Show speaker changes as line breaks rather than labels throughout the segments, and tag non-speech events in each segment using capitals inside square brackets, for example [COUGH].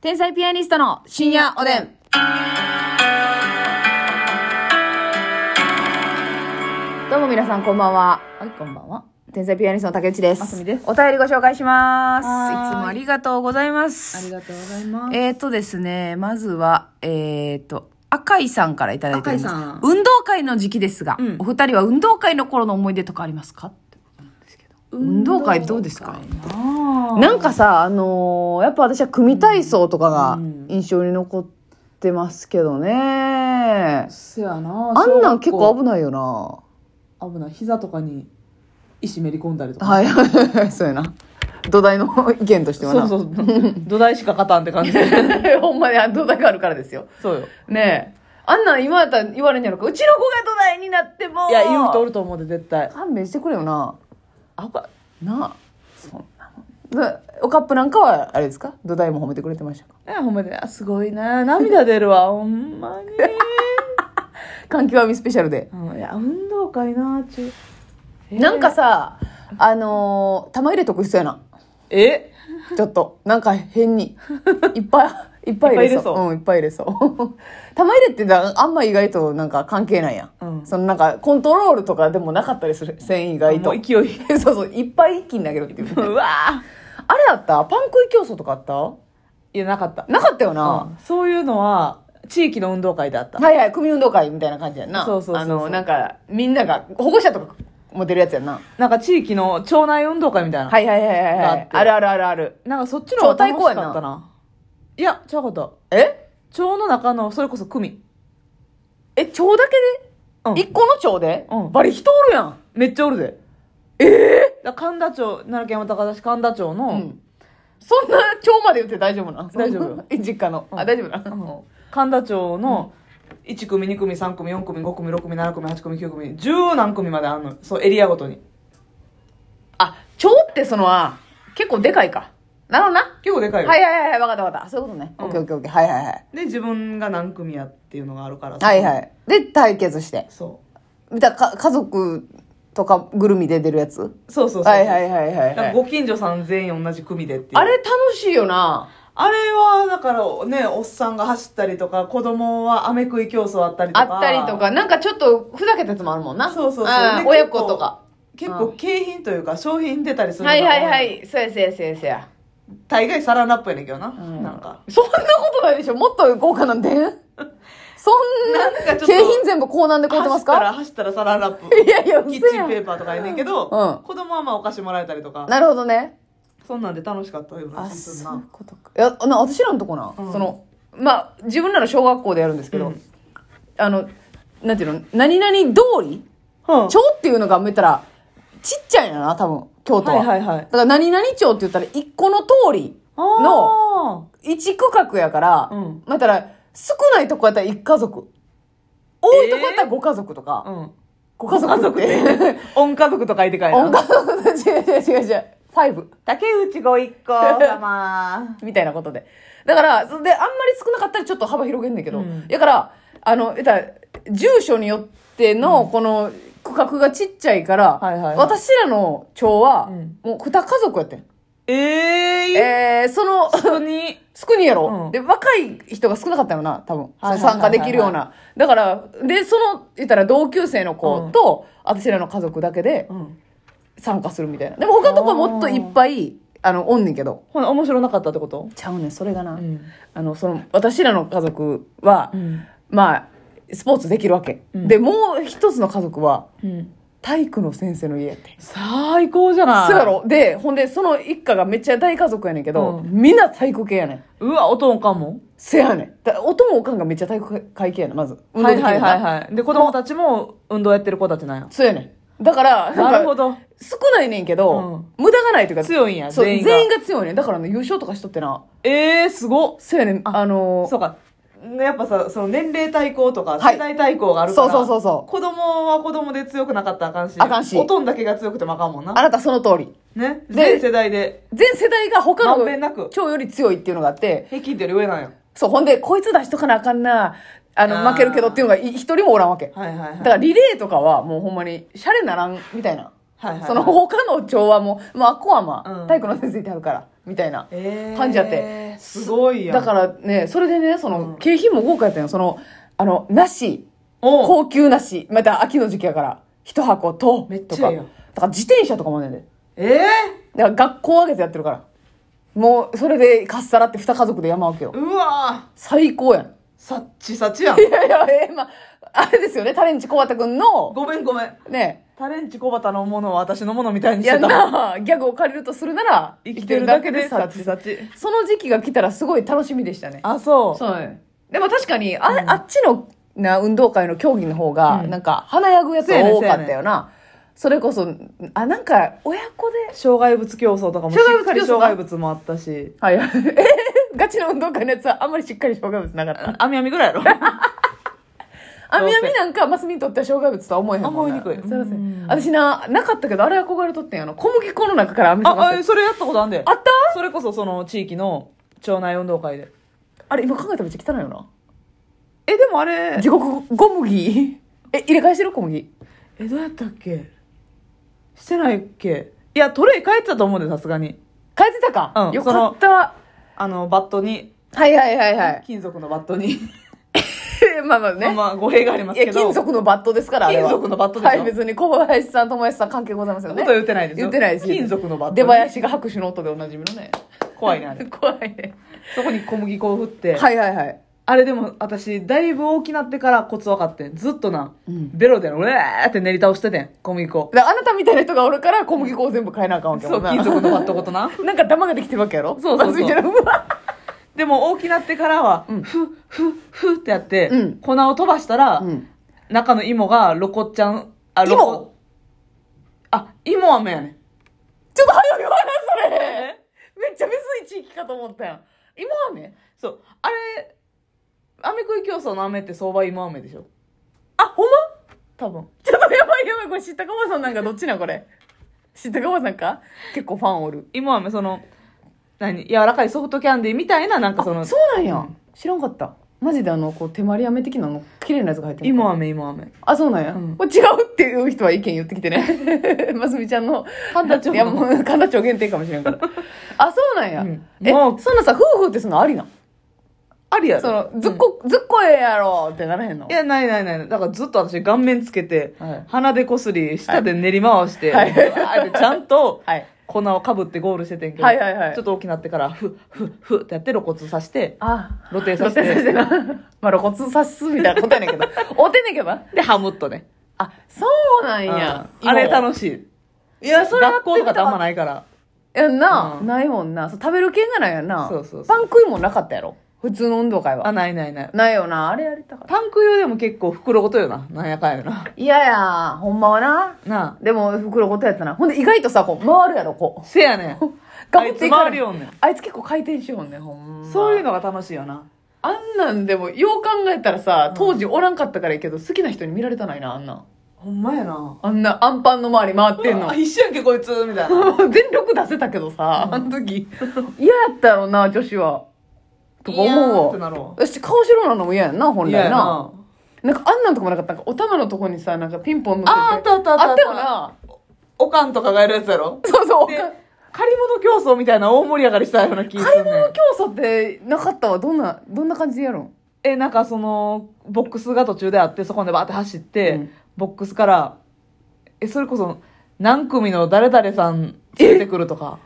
天才ピアニストの深夜おでん。どうも皆さんこんばんは。
はい、こんばんは。
天才ピアニストの竹内です。
あすみです
お便りご紹介します。
はー
い
い
つもありがとうございま
あり
す。
がとうございます。
えーとですね、まずは、えーと、赤井さんからいただいております
赤井さん。
運動会の時期ですが、
うん
お二人は運動会の頃の思い出とかありますかってことなんですけど運動会どうですか
運動会なあ
なんかさ、あのーやっぱ私は組体操とかが
うん
印象に残ってますけどね。あ
せやなあ
んなん結構危ないよな。
危ない。危ない。膝とかに石めり込んだりとか。
はい、 [LAUGHS] そうやな。土台の意見としては
[LAUGHS] そ
な。
うそう。土台しか勝たんって感じ。
[LAUGHS] ほんまにあ土台があるからですよ。
そうよ。
ねえ。あんなん今やったら言われんやろか。うちの子が土台になっても。
いや、言う人おると思うで、絶対。
勘弁してくれよな。
あか
なあ。そんなもんでおカップなんかはあれですか土台も褒めてくれてましたか
え、ほんまに。あすごいな涙出るわ、ほんま
[LAUGHS]
に。
環境はみスペシャルで。
うんいや、運動会なちゅ。えー
なんか、さ、あのー玉入れとく必要やな。
え
ちょっと、なんか変に。いっぱい、いっぱい入れそう。、
いっぱい入れそうん
いっぱい入れそう。 [LAUGHS] 玉入れってなあんま意外となんか関係ないやん。
うん
そのなんかコントロールとかでもなかったりする。繊維意外
も
と
う。勢い。
[LAUGHS] そうそう、いっぱい一気に投げるっていう。
うわ
あれあったパン食い競争とかあった
ーいや、なかった。
なかったよ
う
な。
んそういうのは、地域の運動会であった。
はいはい、組運動会みたいな感じやんな。
そうそうそうそう
あの、なんか、みんなが、保護者とか持てるやつやんな。
なんか地域の町内運動会みたいな。
はいはいはいはい、はい。
だ
あ
って
るあるあるある。
なんかそっちの方が楽し
町
か
対
っ
抗や
たな。いや、ちゃうこと。
え
町の中の、それこそ組。
え、蝶だけで
うん
一、個の蝶で、
うん
バリ人おるやん。
めっちゃおるで。ええ神田町、奈良県山高田市神田町の、
うんそんな腸まで言って大丈夫な
[LAUGHS] 大丈夫よ
え [LAUGHS] 実家の。
うん
あ、大丈夫な、
神田町の、1組、2組、3組、4組、5組、6組、7組、8組、9組、10何組まであんの。そう、エリアごとに。
あ、腸ってそのは、結構でかいか。なるほどな。
結構でかいよ。
はいはいはいはい、わかったわかった。そういうことね。
うん
オッケーオッケーオッケー。はいはいはい。
で、自分が何組やっていうのがあるから
はい
い。
はい。で、対決して。
そ
見たか家族とかぐるみで出るやつ
う。そうそうそう。
はいはいはいはい、は
なんか
い。
ご近所さん全員同じ組でっていう。
あれ楽しいよな。
あれは、だからね、おっさんが走ったりとか、子供は飴食い競争あったりと
あ
か。
ったりと。か、なんかちょっとふざけたやつもあるもんな。
そうそうそう
あー
で
親子とか。
結構景品というか、商品出たりするの
は
が多
いはいは。い。そうやそうやそうやそうや。
大概サランラップやねんけどな。
ん
なんか。
そんなことないでしょもっと豪華
[LAUGHS]
なんで。そん
なんか
な、
ちょっと
景品全部高なんで買うてます
走ったら、
か
走ったらサランラップ。
[LAUGHS] いやいや、
キッ
嘘
チ
や
ンペ
ん。
ーパーとかやねんけ
う
ど、
ん
子供はまあお菓子もらえたりとか、
なるほどね。
そんなんで楽しかったよな、
あ、
シンプル
そういう
な。
ことか。いや、な、私らのとこな、
うん
その、まあ、自分らの小学校でやるんですけど、
うん
あの、なんていうの、何々通り
うん
町っていうのが見たら、ちっちゃいんやな、多分、京都は。
はいはいはい
だから、何々町って言ったら、一個の通りの、
の、
一区画やから、
うん
まあ、言ったら、少ないとこやったら一家族。多いとこやったらご家族とか。
うん。
ご家族って。
音家族と書いてかい
音
な。
楽の、違う違う違う違う。ファイブ。
竹内ご一行様。
みたいなことで。だから、そで、あんまり少なかったらちょっと幅広げんだけど。
うん
だから、あの、言ったら住所によっての、この、区画がちっちゃいから、
はいはいはい
私らの町は、
うん
もう二家族やってん。
[LAUGHS] ええ
えー、その、
本当に。
少にやろ、
うん
で、若い人が少なかったよな、多分。そ
は
の
いはいはいはい
参加できるような。だから、で、その、言ったら同級生の子と、私らの家族だけで
うん。
参加するみたいな。でも他のとこはもっといっぱい、あの、おんねんけど。
ほな、面白なかったってこと
ちゃうねん、それがな。
ん。
あの、その、私らの家族は、
うん
まあ、スポーツできるわけ。
うん
で、もう一つの家族は、
うん。
体育の先生の家やって。
最高じゃない
そうやろで、ほんで、その一家がめっちゃ大家族やねんけど、
う
みんな体育系やねん。
うわ、おとんかも。
せやねん。だおともおかんがめっちゃ体育会系やねん、まず。運動
は
で
い
きるな
はいはいはい。で、子供たちも運動やってる子たちなんや。
そうやねん。だから、
なるほ
ど。
ど。
少ないねんけど、無駄がないというか、
強いんや、
そう
全員が。
全員が強いねん。だからね、優勝とかしとってな。
ええすごっ。
そうやねん、あのー
そうか。やっぱさ、その年齢対抗とか、
はい
世代対抗があるから、
そうそうそうそう
子供は子供で強くなかったらあかんし、
あかんし
おとんだけが強くてもあかんもん
あ
な。
なたその通り。
ね。
で
全世代で、
全世代が他
ま
の
んべんなく、
超より強いっていうのがあって、
平均点より上なんや。
そう、ほんで、こいつ出しとかなあかんな、あの、
あー
負けるけどっていうのがい一人もおらんわけ。
はいはいはい。
だからリレーとかはもうほんまに、シャレならんみたいな。
はいはいはい
その他の調和も、まあ、あっこはまあ、
うん
体育の先生いてはるから、みたいな。
えー
感じやって
すごいやん
だからね、それでね、その、
うん
景品も豪華やったんよ。その、あの、梨、
おう
高級梨、また秋の時期やから、一箱と、
めっ
と
ちゃ
か。
え
だ
えやん
から自転車とかもあんねんで。
え
だから学校上げてやってるから。もう、それでかっさらって二家族で山分けよ
ー、。うわ
最高やん。
ーさっちさ [LAUGHS] ちやん
いやいや、えーまあ、あれですよね、タレンチ小畑くんの、
ごめんごめん
ね、
タレンチ小畑のものを私のものみたいに
い
し
や
てた
な、ギャグを借りるとするなら、
生きてるだけで
さ
さちさち
その時期が来たらすごい楽しみでしたね。
あそう
そうねでも確かに、あ,、あっちのな運動会の競技の方が、なんか、華やぐやつが多かったよな。それこそ、あ、なんか、親子で、
障害物競争とかもし
障害物競争
っかり障害物もあったし
はい、え [LAUGHS] ーガチの運動会のやつはあんまりしっかり障害物なかった。
網網ぐらいやろ
網網なんかマスミにとっては障害物とは思えへんもんな
思いにくい
すいませ
うん
私ななかったけどあれ憧れとってんやの小麦粉の中から網
[LAUGHS] あ
探
[LAUGHS]
せ
あそれやったことあんで
あった
それこそその地域の町内運動会で
あれ今考えたらめっちゃ汚いよな
えでもあれ
地獄小麦え入れ替えしてる小麦
えどうやったっけしてないっけいやトレイ帰ってたと思うんでさすがに
変えてたか、
うん
よかったは
あのバットに
いはいはいはい
金属のバットに
[LAUGHS] まあまあ
まあ
ね、
[LAUGHS] まあ語弊があります
い
け
や
ど
金属のバットですからあれは
金属のバットでしょ
はい別に小林さん友達さん関係ございませんよ
こ
ね
とは言ってないですよ
言ってないです
金属のバット
出囃子が拍手の音でおなじみのね
怖いねあれ
怖いね
[LAUGHS] そこに小麦粉を振って、
はいはいはい
あれでも私だいぶ大きなってからコツ分かってんずっとな、
うん
ベロでうえーって練り倒しててん小麦粉
だからあなたみたいな人がおるから小麦粉を全部変えなあかんわけやも
そうん
な
金属のバットごと
[LAUGHS]
な
なんか玉ができてるわけやろ
そうそうそう
まずみたいな。うわ
でも大きなってからは、
うん
ふっふっふってやって、
うん
粉を飛ばしたら、
うん
中の芋がロコっちゃんあロ
芋
コあ芋飴やねん
ちょっと早く言わな、それめっちゃむずい地域かと思ったやん。今飴
そうあれ飴食い競争の飴って相場芋飴でしょ
あ、ほんま
多分
ちょっとやばいやばい。これ知ったかばさんなんかどっちなんこれ。知ったかばさんか結構ファンおる。
芋飴その何柔らかいソフトキャンディーみたいななんか
あ、
そ
そう
の
なんや。知らんかった。マジであの、こう、手まり飴的なの、綺麗なやつが入ってる。
芋飴芋飴
あ、そうなんや。
うん
これ違うっていう人は意見言ってきてね。 [LAUGHS] ますみちゃんの。
神田町の
いや、もう、神田町限定かもしれ [LAUGHS] んから。あ、そうなんや。
うん
え、
もう
そんなさ、夫婦ってそんなありなん
ありやろ
その、ずっこ、ずっこええやろってならへんの
いや、ないないない。だからずっと私顔面つけて、
はい
鼻でこすり、舌で練り回して、
はい
わーってちゃんと
はい。
粉をかぶってゴールしててんけど、
はいはいはい
ちょっと大きなってから、ふっふっふってやって露骨刺して、
あ、
露呈
そ
さ
し
せ、
て、そしててな。 [LAUGHS] まあ、露骨刺すみたいなことやねんけど。 [LAUGHS] おてんねんけどな。
で、ハムっとね。
あ、そうなんや。
うんあれ
し
楽しい。
い。いや、それやっ
学
て
校と
み
かって
た
あんま
かっ
ないから。
た。やんな、
うん
ないもんな。そう食べる系がないやんな。
そうそうそう
パン食いもなかったやろ。普通の運動会
あ、
は。
ないないない。
ないよな。あれやりたかった。
パンク用でも結構袋ごとよな。なんやかんやな。
いやや、ほんまはな。
な
でも、袋ごとやったな。ほんで、意外とさ、こう、回るやろ、こ
あ。
う。
せやねん。あいつ回るよんねん
あいつ結構回転しようねん、ほんま。
そういうのが楽しいよな。
あんなんでも、よう考えたらさ、当時おらんかったからいいけど、好きな人に見られたないな、あんなん。
ほんまやな。
あんな、アンパンの周り回ってんの
あ、。一緒やんけ、こいつみたいな。
[LAUGHS]
[LAUGHS]
全力出せたけどさ、あの時。嫌やったやろな、女子は。とか
いやーっ
思
て
う
な
わ。
るわ。
私、顔白なのも嫌やんな、本
嫌
来
や
な。。なんか、あんなんとかもなかった。なんか、お玉のとこにさ、なんかピンポンの
ああったあったあった
あったよな。
おかんとかがやるやつやろ
そうそう。
で借り物競争みたいな大盛り上がりしたような気がす
買い
るね
物競争ってなかったわ。どんな、どんな感じでやるの
えなんかそのボックスが途中であってそこまでバーって走って、
うん
ボックスからえそれこそ何組の誰々さん連れてくるとか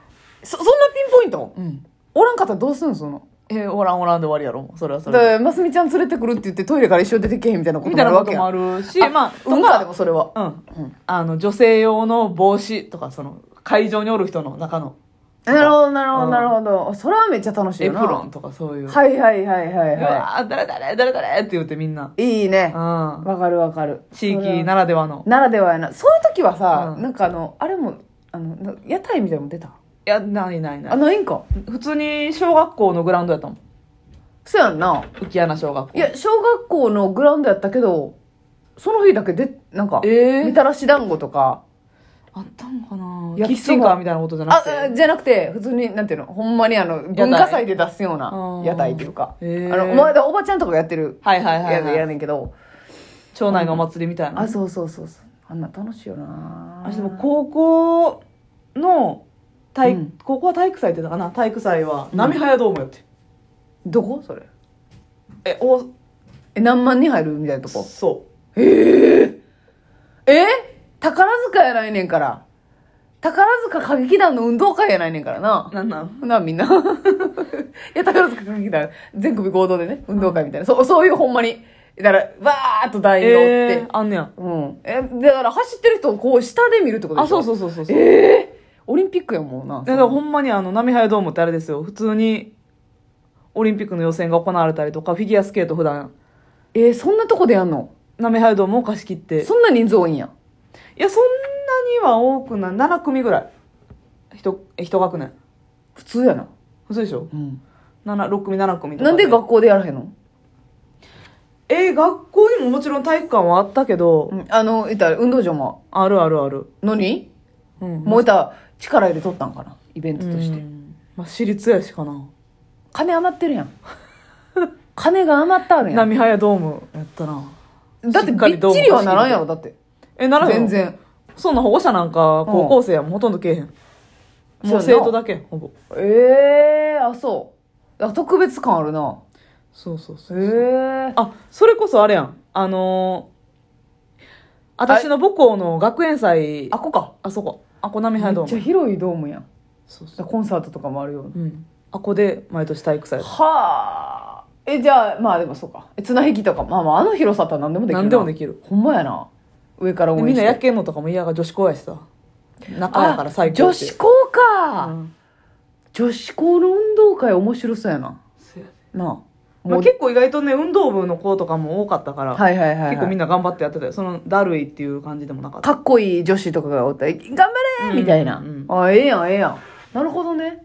そ、そんなピンポイント
うん
おらんかったらどうすんのその。
えおらんおらんで終わりやろもうそれはそ
だか
れ
ら、ますみちゃん連れてくるって言ってトイレから一生出てけへんみたいなこと
み
も
た
あ
い
るわ
なこ
け
と
や
も
ん。
あるしまあ
うんかでもそれは。
うん、
うん
あの女性用の帽子とかその会場におる人の中の
なるほど、なるほ
う
ど、
ん
なるほど。それはめっちゃ楽しい
エ
よ
プ
な。
ロンとかそういう、
はいはいはいはいう
わ
は。
ー誰誰誰誰って言ってみんない
いいね。
うん
わかるわかる。
地
それ
域
は
ならではの
ならではやな。そういう時はさ、
うん
なんかあの、あれも、あの、な屋台みたいなの出た。
いやないないな
あ、
い
ないんか。
普通に小学校のグラウンドやったもん
そうやんな。
浮穴小学校
いや、小学校のグラウンドやったけど、その日だけで、なんか、
え
み
ー、
たらし団子とか、
あったんかな
焼
キ
きそば
ッチンカーみたいなことじゃな
あ
くて、
じゃなくて、普通に、なんていうの、ほんまにあの、文化祭で出すような
うん
屋台というか、あ
へー
の、お前だ、おばちゃんとかがやってる
はいはいはい
や
はい、
やねんけど、
町内のお祭りみたいな、
あ、そうそうそうそう。あんな楽しいよな
私でも高校の体、
うん
高校は体育祭って言ったかな体育祭は
うん
波早ドームやって、
どこそれ
えお
え何万人入るみたいなとこ
そ
え宝塚やないねんから宝塚歌劇団の運動会やないねんからな
うなんなん
なあみんな [LAUGHS] いや宝塚歌劇団全国合同でね運動会みたいなそうそういうほんまにだからわーっと大移動って、
えー、あんねや
うん、えだから走ってる人をこう下で見るってこと
あ
でしょ
そうそううそうそうそうい
ええオリンピックやもんな
やだからほんまにあの波早ドームってあれですよ普通にオリンピックの予選が行われたりとかフィギュアスケート普段
えーそんなとこでやんの
波早ドームを貸し切って
そんな人数多いんや
いやそんなには多くない7組ぐらい一一学年
普通やな、
そうでしょ
うん、
7 6組7組とか
なんで学校でやらへんの、
えー学校にももちろん体育館はあったけど、
うん、あの言ったら運動場も
あるあるある
のに、
うん
もう言ったら力入れとったんかなイベントとして、
うんまあ、私立やしかな
金余ってるやん [LAUGHS] 金が余ったあるやん
波早ドームやったな
だって
しっか
び
り
っ
ドーム
ちりはならんやろだって
えならへ
全
ん
然
そんな保護者なんか
うん
高校生やもんほとんどけえへん
そう
も
や
う
な
生徒だけやんほぼ
ええあそうだから特別感あるな
そうそうそ
ええ
う、あそれこそあれやんあのー私の母校の学園祭
あこか
あそこあこ波
め
早ド
っ
ー
ちゃ
ム
広いドームやん
そうそ
だ
う
からコンサートとかもあるような
うんあこで毎年体育祭
はあえじゃあまあでもそうかえ綱引きとかまあまああの広さだったら何でもできるな
何でもできる
ほんまやな上から応
で
援
みん
して
なやけんのとかも嫌が女子校やしさ仲やから最
あ
高
女
って
子校か、
うん
女子校の運動会面白そうやななあもう、
まあ、結構意外とね運動部の子とかも多かったから、
はいはいはい、はい、
結構みんな頑張ってやってたよそのだるいっていう感じでもなかった
かっこいい女子とかがおったら「頑張
う
れ!」
ん
みたいな、
うん
あええやんええやんなるほどね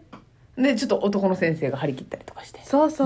でちょっと男の先生が張り切ったりとかして
そうそう